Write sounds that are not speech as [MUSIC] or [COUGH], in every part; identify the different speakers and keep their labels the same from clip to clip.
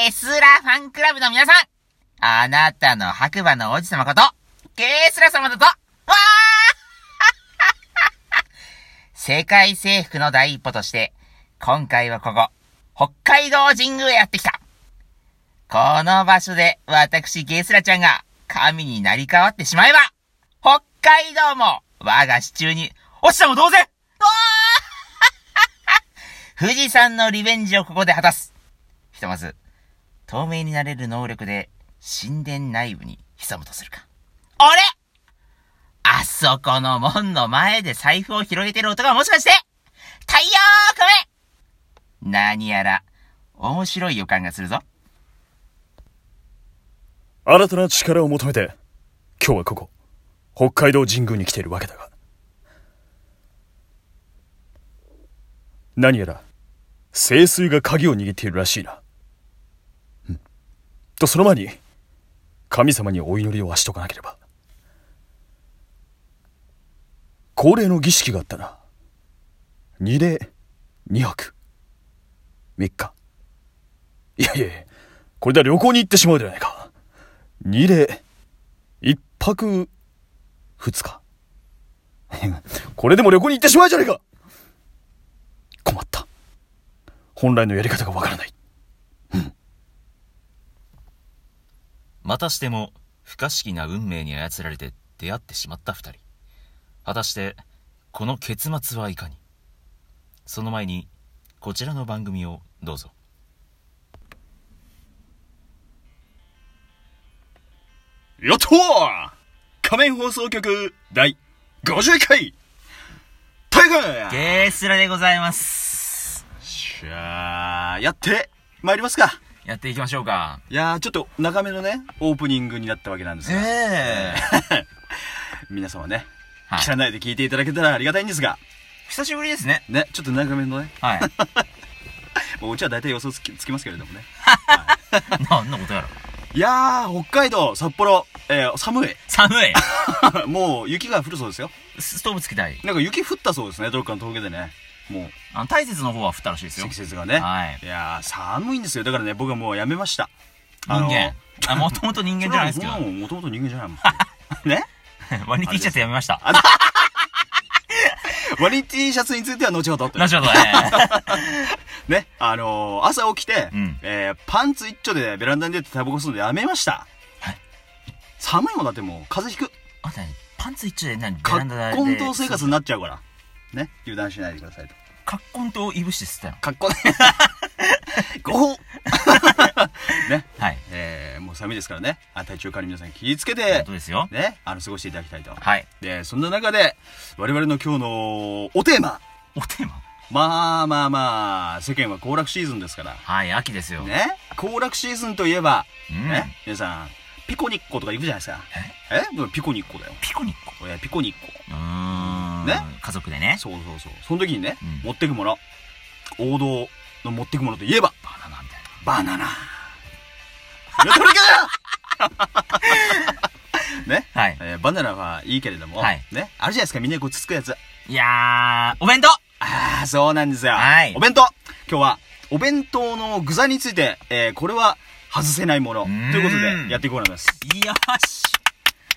Speaker 1: ファンクラブの皆さんあなたの白馬の王子様こと、ケースラ様だと、わー [LAUGHS] 世界征服の第一歩として、今回はここ、北海道神宮へやってきた。この場所で私ゲスラちゃんが神になり変わってしまえば、北海道も我が支柱に落ちたも同然うわー [LAUGHS] 富士山のリベンジをここで果たす。ひとまず、透明になれる能力で神殿内部に潜むとするか。あれあそこの門の前で財布を広げてる音がもしかして太陽光何やら面白い予感がするぞ。
Speaker 2: 新たな力を求めて、今日はここ、北海道神宮に来ているわけだが。何やら、聖水が鍵を握っているらしいな。うん。と、その前に、神様にお祈りをはしとかなければ。恒例の儀式があったな。二礼、二泊、三日。いやいやいや、これでは旅行に行ってしまうではないか。二礼、一泊、二日。 [LAUGHS] これでも旅行に行ってしまうじゃないか困った。本来のやり方がわからない。
Speaker 3: またしても不可思議な運命に操られて出会ってしまった二人果たしてこの結末はいかにその前にこちらの番組をどうぞ
Speaker 2: やったー仮面放送局第50回大河
Speaker 1: ゲースラでございます。
Speaker 2: しゃー、やってまいりますか。
Speaker 1: やっていきましょうか。
Speaker 2: いやー、ちょっと長めのね、オープニングになったわけなんですが、
Speaker 1: え
Speaker 2: 皆様ね、
Speaker 1: はい
Speaker 2: 切らないで聞いていただけたらありがたいんですが、
Speaker 1: 久しぶりですね。
Speaker 2: ね、ちょっと長めのね、
Speaker 1: はい。
Speaker 2: もううちは大体予想つきつきますけれどもね。
Speaker 1: [LAUGHS] なんのことやろ。
Speaker 2: いやー、北海道、札幌、えー、寒い。 [LAUGHS]
Speaker 1: 寒い。
Speaker 2: もう雪が降るそうですよ。
Speaker 1: ストーブつけたい。
Speaker 2: なんか雪降ったそうですね、どっかの峠でね。もう、
Speaker 1: あの、大雪の方は降ったらしいですよ。
Speaker 2: 積雪がね。
Speaker 1: はい。
Speaker 2: いやー、寒いんですよ。だからね、僕はもうやめました。
Speaker 1: 人 [LAUGHS] 間。あ、もともと人間じゃないですけ
Speaker 2: そん
Speaker 1: ど。
Speaker 2: なもんもともと人間じゃないもん。 [LAUGHS] ね
Speaker 1: 割り切っちゃってやめました。
Speaker 2: ワニ T シャツについては後ほどって
Speaker 1: な。るほど [LAUGHS] ね。
Speaker 2: ね。あのー、朝起きて、
Speaker 1: うん
Speaker 2: えーパンツ一丁でベランダに出てタバコ吸うのやめました。
Speaker 1: はい
Speaker 2: 寒いもんだってもう、風邪ひく。
Speaker 1: あんたねパンツ一丁で何ベランダで。
Speaker 2: 格好んと生活になっちゃうから。ね。油断しないでくださいと。
Speaker 1: カッコンといぶして吸ったの。
Speaker 2: 格 [LAUGHS] 好ね。ごほんね。
Speaker 1: はい。
Speaker 2: えー、もう寒いですからね。あ体調管理皆さん気をつけ
Speaker 1: 本
Speaker 2: て
Speaker 1: 当、ですよ。
Speaker 2: ね。あの、過ごしていただきたいと。
Speaker 1: はい。
Speaker 2: で、そんな中で、我々の今日のおテーマ。
Speaker 1: おテーマ
Speaker 2: まあまあまあ、世間は行楽シーズンですから。
Speaker 1: はい、秋ですよ。
Speaker 2: ね行楽シーズンといえば、
Speaker 1: うん
Speaker 2: ね皆さん、ピコニッコとか行くじゃないですか。えでもピコニッコだよ。
Speaker 1: ピコニッコ。
Speaker 2: これピコニッコ。
Speaker 1: うーん。
Speaker 2: ね
Speaker 1: 家族でね。
Speaker 2: そうそうそう。その時にね、
Speaker 1: うん
Speaker 2: 持ってくもの。王道の持ってくものといえば、
Speaker 1: バナナみたい
Speaker 2: バナナ。やったるかね、
Speaker 1: な。はい。
Speaker 2: えーバナナはいいけれども、
Speaker 1: はい
Speaker 2: ね、あるじゃないですか、みんなにこうつつくやつ。
Speaker 1: いやー、お弁当
Speaker 2: ああ、そうなんですよ。
Speaker 1: はい
Speaker 2: お弁当今日は、お弁当の具材について、えー、これは外せないもの。と
Speaker 1: ん
Speaker 2: いうことで、やっていこうと思います。
Speaker 1: よし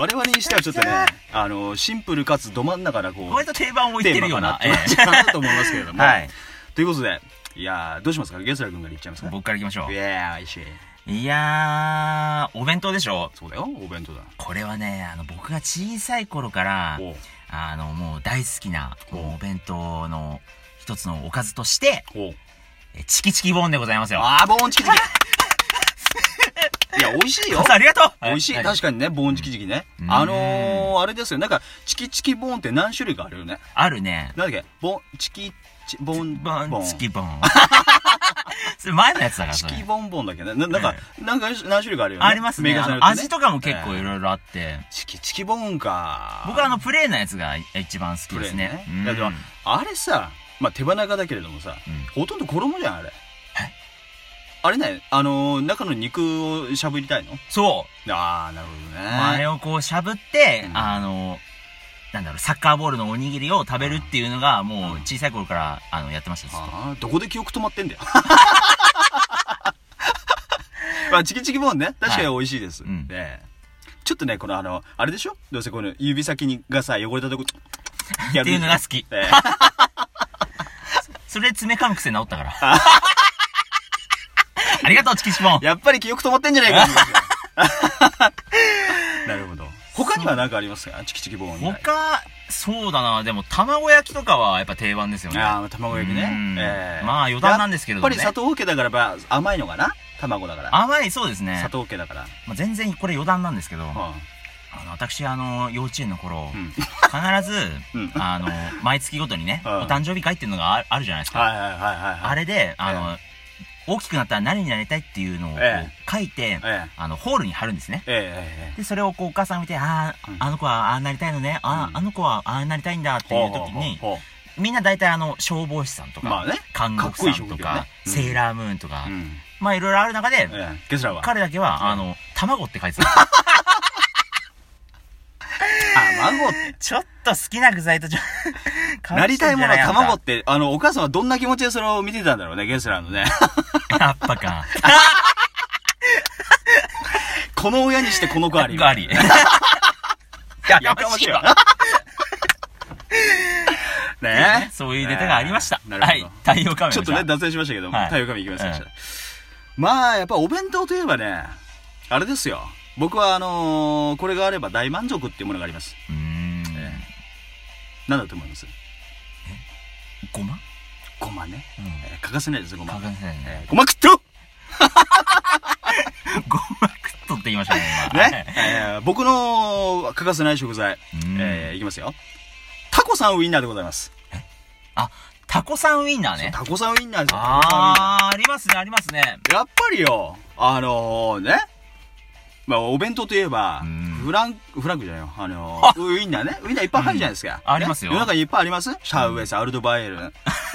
Speaker 2: 我々にしてはちょっとね、あの、シンプルかつど真ん中な、こう、
Speaker 1: 割と定番を言ってるような。
Speaker 2: テーマかなって感じかなと思いますけれども。
Speaker 1: はい。
Speaker 2: ということで、いやー、どうしますかゲスラ君から言っちゃいますか
Speaker 1: 僕から行きましょ
Speaker 2: いやー、美味しい。
Speaker 1: う。いやー、お弁当でしょ
Speaker 2: そうだよ、お弁当だ。
Speaker 1: これはね、あの、僕が小さい頃から、
Speaker 2: おう
Speaker 1: あの、もう大好きな、もうお弁当の一つのおかずとして、
Speaker 2: おう
Speaker 1: えチキチキボーンでございますよ。
Speaker 2: あー、ボーンチキチ
Speaker 1: [LAUGHS]
Speaker 2: キ。いや、美味しいよ。
Speaker 1: ありがとう
Speaker 2: 美味しい。
Speaker 1: は
Speaker 2: 確かにね、ボーンチキチキね
Speaker 1: う。ん
Speaker 2: あのー、あれですよ。なんか、チキチキボーンって何種類かあるよね。
Speaker 1: あるね。
Speaker 2: なんだっけボン、チキ、チボン、
Speaker 1: ボン、チキ
Speaker 2: チ
Speaker 1: ボン。それ前のやつだから、それ
Speaker 2: キ。ボンボンだっけね。ななんか、なんか何種類かあるよね。
Speaker 1: ありますね。
Speaker 2: メーカー
Speaker 1: あ
Speaker 2: さんによ
Speaker 1: の
Speaker 2: ってね
Speaker 1: 味とかも結構いろいろあって。
Speaker 2: チキチキボーンか。
Speaker 1: 僕はあの、プレーンなやつが一番好きですね。
Speaker 2: いやでも
Speaker 1: うん
Speaker 2: あれさ、まあ手羽中だけれどもさ、
Speaker 1: う
Speaker 2: ほとんど衣じゃん、あれ。あれね、あのー、中の肉をしゃぶりたいの
Speaker 1: そう。
Speaker 2: ああ、なるほ
Speaker 1: あれ
Speaker 2: どね。
Speaker 1: をこうしゃぶって、
Speaker 2: うん
Speaker 1: あの、なんだろう、サッカーボールのおにぎりを食べるっていうのが、もう小さい頃から、 [LAUGHS] あの、やってましたずっと
Speaker 2: ああ、どこで記憶止まってんだよ。まあ、チキチキボーンね。確かに美味しいです。
Speaker 1: うん
Speaker 2: ええちょっとね、このあの、あれでしょどうせこの指先にがさ、汚れたとこ、
Speaker 1: [LAUGHS]
Speaker 2: や
Speaker 1: っていうのが好き
Speaker 2: ええ
Speaker 1: それで爪噛む癖治ったから。 [LAUGHS] ありがとう、チキシボン。
Speaker 2: やっぱり記憶止まってんじゃないか
Speaker 1: [LAUGHS]
Speaker 2: となるほど。他には何かありますかチキチキボーン以外。
Speaker 1: 他、そうだな、でも卵焼きとかはやっぱ定番ですよね。
Speaker 2: ああ、卵焼きね
Speaker 1: うん。
Speaker 2: ええ
Speaker 1: まあ余談なんですけれどもね
Speaker 2: やっぱり砂糖家だからば甘いのかな卵だから。
Speaker 1: 甘い、そうですね
Speaker 2: 砂。糖家だから。
Speaker 1: まあ、全然これ余談なんですけど、あ
Speaker 2: は
Speaker 1: の私、あの、幼稚園の頃
Speaker 2: あう、ん
Speaker 1: 必ず
Speaker 2: うん、
Speaker 1: あの、毎月ごとにね、お
Speaker 2: うん
Speaker 1: 誕生日会っていうのがああるじゃないですか。
Speaker 2: はいはいはいはい。
Speaker 1: あれで、あの、大きくなったら何になりたいっていうのをこう
Speaker 2: え
Speaker 1: 書いて、
Speaker 2: え
Speaker 1: あの、ホールに貼るんですね。
Speaker 2: ええええ
Speaker 1: で、それをこうお母さん見て、ああ
Speaker 2: う、ん
Speaker 1: あの子はああなりたいのね、あ
Speaker 2: うん
Speaker 1: あ、あの子はああなりたいんだっ
Speaker 2: え
Speaker 1: ていう時に、
Speaker 2: ほうほうほ
Speaker 1: みんな大体あの、消防士さんと
Speaker 2: うまあ
Speaker 1: か、
Speaker 2: ね。
Speaker 1: 看護婦さん
Speaker 2: かっこいい職
Speaker 1: と
Speaker 2: 業ね
Speaker 1: か、
Speaker 2: うん
Speaker 1: セーラームーンとか
Speaker 2: う、ん。
Speaker 1: まあいろいろある中で、
Speaker 2: ええゲスラーは。
Speaker 1: 彼だけは、あの、卵って書いてた。
Speaker 2: 卵って。
Speaker 1: ちょ
Speaker 2: [LAUGHS]
Speaker 1: っと好きな具材とちょ、
Speaker 2: なりたいものは卵っ
Speaker 1: って
Speaker 2: て、あの、お母さんはどんな気持ちでそれを見てたんだろうね、ゲスラーのね。 [LAUGHS]
Speaker 1: やっぱか。
Speaker 2: この親にしてこの子あり。 [LAUGHS]
Speaker 1: ガリ。
Speaker 2: や
Speaker 1: や
Speaker 2: かましい
Speaker 1: わ
Speaker 2: わ。 [LAUGHS] ねえ。
Speaker 1: そういうネタがありました。
Speaker 2: ねえな
Speaker 1: は
Speaker 2: る
Speaker 1: い
Speaker 2: ほど。
Speaker 1: 太陽カメラ。
Speaker 2: ちょっとね、脱線しましたけども、
Speaker 1: はい
Speaker 2: 太陽神行きませんでした
Speaker 1: え。
Speaker 2: まあ、やっぱお弁当といえばね、あれですよ。僕はあのーこれがあれば大満足っていうものがあります。
Speaker 1: うーん。
Speaker 2: なんだと思います
Speaker 1: ごま
Speaker 2: ごまね。
Speaker 1: うん。
Speaker 2: えー欠かせないです、ごま
Speaker 1: か。かんないね。
Speaker 2: えーごま食ってろ
Speaker 1: ごま食っとって言いましたね、今。
Speaker 2: [LAUGHS] ね、えー僕の欠かせない食材、
Speaker 1: うん
Speaker 2: えーいきますよ。タコさんウインナーでございます。
Speaker 1: あ、タコさんウインナーね。
Speaker 2: タコさんウインナーですよ。タコさ
Speaker 1: あ
Speaker 2: んウインナー
Speaker 1: ー、ありますね、ありますね。
Speaker 2: やっぱりよ、あのね、まあ、お弁当といえば
Speaker 1: うん、
Speaker 2: フランク、フランクじゃないよ、あの
Speaker 1: あ
Speaker 2: ウインナーね、ウインナーいっぱい入るじゃないですか。
Speaker 1: うんありますよ
Speaker 2: ね世の中にいっぱいありますシャウエス、アルドバイエル
Speaker 1: [LAUGHS]
Speaker 2: ン。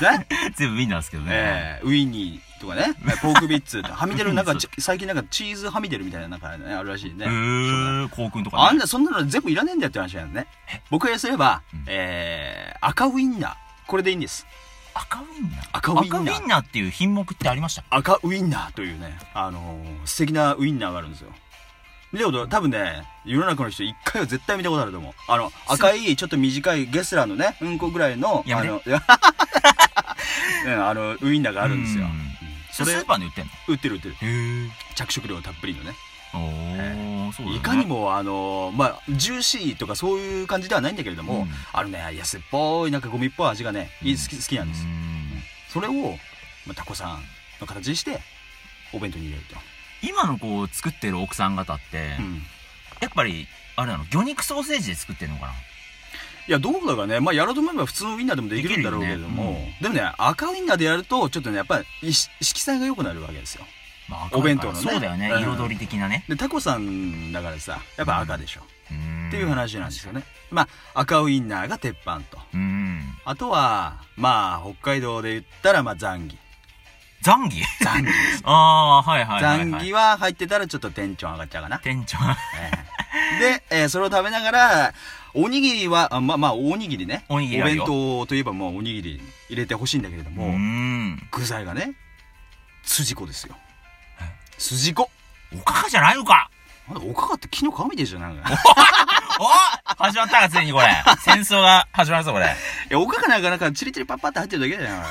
Speaker 2: ね、
Speaker 1: 全部ウインナーですけどね。
Speaker 2: えーウインニーとかね、ポークビッツ、はみ出る、な
Speaker 1: [LAUGHS]
Speaker 2: んか、ち最近なんかチーズはみ出るみたいな、なんかね、あるらしいね。
Speaker 1: うー、コウ君と
Speaker 2: あ
Speaker 1: か
Speaker 2: ん
Speaker 1: ね。
Speaker 2: な、そんなの全部いらねえんだよって話だよね。僕がすれば、えー、赤ウインナー。これでいいんです。
Speaker 1: 赤ウインナー
Speaker 2: 赤ウインナ
Speaker 1: 赤
Speaker 2: ー
Speaker 1: ウインナーっていう品目ってありました
Speaker 2: 赤ウインナーというね、あのー素敵なウインナーがあるんですよ。でも多分ね、世の中の人一回は絶対見たことあると思う。あの、赤い、ちょっと短いゲスラーのね、うんこぐらいの、
Speaker 1: やめて
Speaker 2: あの、 [LAUGHS] うんあの、ウインナーがあるんですよ。
Speaker 1: う
Speaker 2: うん
Speaker 1: そ
Speaker 2: そ
Speaker 1: れ
Speaker 2: れ
Speaker 1: スー、パーに売ってんの
Speaker 2: 売ってる売ってる。
Speaker 1: へー。
Speaker 2: 着色料たっぷりのね。
Speaker 1: おー、そうだよね
Speaker 2: いかにも、あのーまあ、ジューシーとかそういう感じではないんだけれども、
Speaker 1: うん
Speaker 2: あのね、安っぽい、なんかゴミっぽい味がね、いい好き、好きなんです
Speaker 1: う。
Speaker 2: それを、まあ、タコさんの形にして、お弁当に入れると。
Speaker 1: 今のこう作ってる奥さん方って、
Speaker 2: うん
Speaker 1: やっぱりあれなの魚肉ソーセージで作ってるのかない
Speaker 2: や、どうだかね、まあ、やろうと思えば普通のウインナーでもできるんだろうけれど
Speaker 1: でき
Speaker 2: も、
Speaker 1: るよね
Speaker 2: でもね、赤ウインナーでやると、ちょっとね、やっぱり、いし色彩が良くなるわけですよ。
Speaker 1: まあ
Speaker 2: お弁当のね
Speaker 1: そうだよね、
Speaker 2: うん
Speaker 1: 彩り的なね
Speaker 2: で、タコさんだからさ、やっぱ赤でしょ。
Speaker 1: っ
Speaker 2: っていう話なんですよね。まあ、赤ウインナーが鉄板と。
Speaker 1: うん
Speaker 2: あとは、まあ、北海道で言ったら、まあ、ザンギ。
Speaker 1: ザンギ [LAUGHS]
Speaker 2: ザンギです
Speaker 1: ああはいはいは
Speaker 2: [LAUGHS] ザ
Speaker 1: い、はい、
Speaker 2: ンギは入ってたらちょっとテンション上がっちゃうかな。
Speaker 1: 店長
Speaker 2: で、えーそれを食べながら、おにぎりは、あまあまあ、おにぎりね。
Speaker 1: おにぎりあるよ
Speaker 2: 弁当といえばもうおにぎり入れてほしいんだけれど
Speaker 1: う
Speaker 2: も、
Speaker 1: ん
Speaker 2: 具材がね、筋子ですよ。筋子。
Speaker 1: おかかじゃないのか
Speaker 2: なんかおかかって木の皮みたいじゃんない [LAUGHS] か
Speaker 1: お始まったかついにこ
Speaker 2: [LAUGHS]
Speaker 1: れ戦争が始まるぞこれ
Speaker 2: え、おかかなんかなんかチリチリパッパって入ってるだけだよ。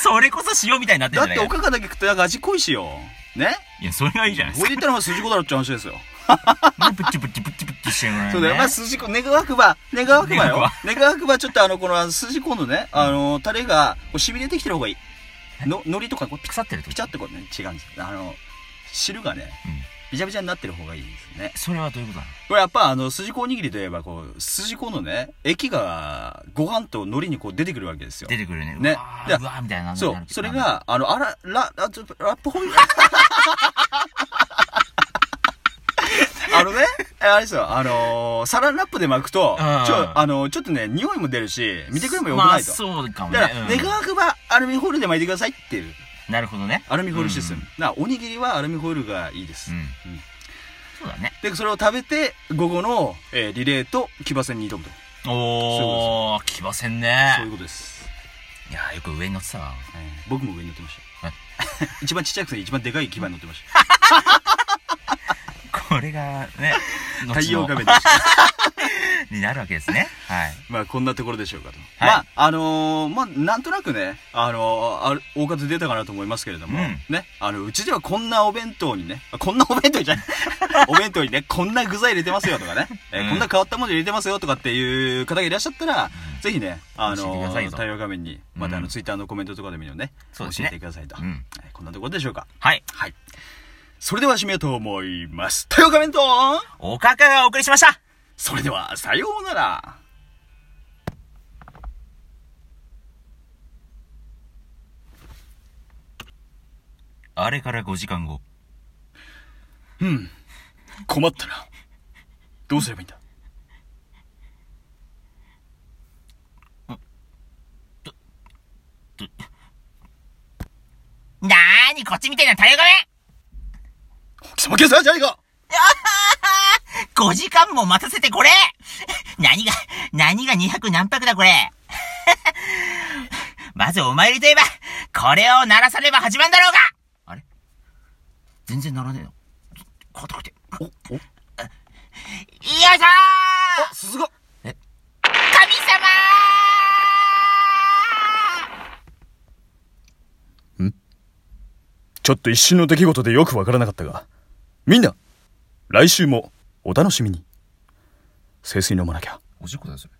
Speaker 1: それこそ塩みたいになってん
Speaker 2: だ
Speaker 1: じ
Speaker 2: っ
Speaker 1: ゃない
Speaker 2: て
Speaker 1: か
Speaker 2: おかかだけ食ってなんか味濃いしよ。ね
Speaker 1: いやそれがいいじゃないで
Speaker 2: こ
Speaker 1: す
Speaker 2: れで言ったらまあ筋子だろって話ですよ。
Speaker 1: かプチプチプチプチしてるね
Speaker 2: そうだよ。まあ、筋子、願わくば、願わくばよ。願わくば、ちょっとあの、この筋子のね、あの、タレが、こう染み出てきてる方がいい。の、海苔とか、こう、ピ
Speaker 1: 腐ってるってこ
Speaker 2: ピチ
Speaker 1: と
Speaker 2: ャってこうね、違うんです。あの、汁がね
Speaker 1: うん、
Speaker 2: びちゃびちゃになってる方がいいですね。
Speaker 1: それはどういうことなの
Speaker 2: これやっぱあの、筋子おにぎりといえば、こう、筋子のね、液が、ご飯と海苔にこう出てくるわけですよ
Speaker 1: 出。てくるね
Speaker 2: ね
Speaker 1: うわ
Speaker 2: で
Speaker 1: ーうわーみたいな
Speaker 2: そう
Speaker 1: なる。けど
Speaker 2: それ
Speaker 1: なんだ
Speaker 2: が、あの、あら、ら、ら、ちょラップホイ
Speaker 1: [LAUGHS]
Speaker 2: あのね、あれですよ、あのーサランラップで巻くと、
Speaker 1: うん
Speaker 2: ちょ、あのーちょっとね、匂いも出るし、見てくれもよくないと。
Speaker 1: まあそうかもね
Speaker 2: だから、
Speaker 1: うん
Speaker 2: 願わくばアルミホイルで巻いてくださいっていう、
Speaker 1: なるほどね
Speaker 2: アルミホイルシステム。
Speaker 1: うん
Speaker 2: な、おにぎりはアルミホイルがいいです。
Speaker 1: うんそうだね
Speaker 2: で、それを食べて、午後の、えーリレーと騎馬戦に挑むと。
Speaker 1: おー騎馬戦ね
Speaker 2: そういうことです。
Speaker 1: いやーよく上に乗ってたわ。
Speaker 2: 僕も上に乗ってました。 [LAUGHS] 一番ちっちゃくて一番でかい牙に乗ってました。
Speaker 1: これが
Speaker 2: [LAUGHS]
Speaker 1: ね、
Speaker 2: 太陽画
Speaker 1: 面
Speaker 2: 面でした。
Speaker 1: になるわけですね。はい。
Speaker 2: まあこんなところでしょうかと。
Speaker 1: はい
Speaker 2: まああのーまあなんとなくね、あのーある大方出たかなと思いますけれども、
Speaker 1: うん
Speaker 2: ね、あの、うちではこんなお弁当にね、あこんなお弁当じゃない
Speaker 1: [LAUGHS]
Speaker 2: お弁当にね、こんな具材入れてますよとかね、えー
Speaker 1: うん
Speaker 2: こんな変わったもの入れてますよとかっていう方がいらっしゃったら、ぜひね、あ
Speaker 1: 教えてく
Speaker 2: の
Speaker 1: ださい
Speaker 2: ー、
Speaker 1: と
Speaker 2: 対応画面に、またあ
Speaker 1: う
Speaker 2: の、
Speaker 1: ん
Speaker 2: ツイッターのコメントとかでもいいのでね、
Speaker 1: そうです
Speaker 2: 教
Speaker 1: ね
Speaker 2: えてくださいと、
Speaker 1: うん
Speaker 2: はいこんなところでしょうか。
Speaker 1: はい。
Speaker 2: はい。それでは締めようと思います。対応画面と、
Speaker 1: おかかがお送りしました
Speaker 2: それでは、さようなら。
Speaker 4: あれから5時間後、
Speaker 2: 困ったな。どうすればいいんだ
Speaker 1: なーに、こっちみたいな太陽画
Speaker 2: 貴様消さじゃないか
Speaker 1: 面 !5 時間も待たせてこれ何が、何が200何泊だこれ [LAUGHS] まずお参りといえば、これを鳴らさねば始まんだろうがあれ全然鳴らねえの。硬くて。
Speaker 2: お、お、
Speaker 1: よいしょー
Speaker 2: あ、鈴が
Speaker 1: 神様ー
Speaker 5: ちょっと一瞬の出来事でよくわからなかったが、みんな、来週もお楽しみに。清水飲まなきゃ。
Speaker 4: おしっこだよ、それ。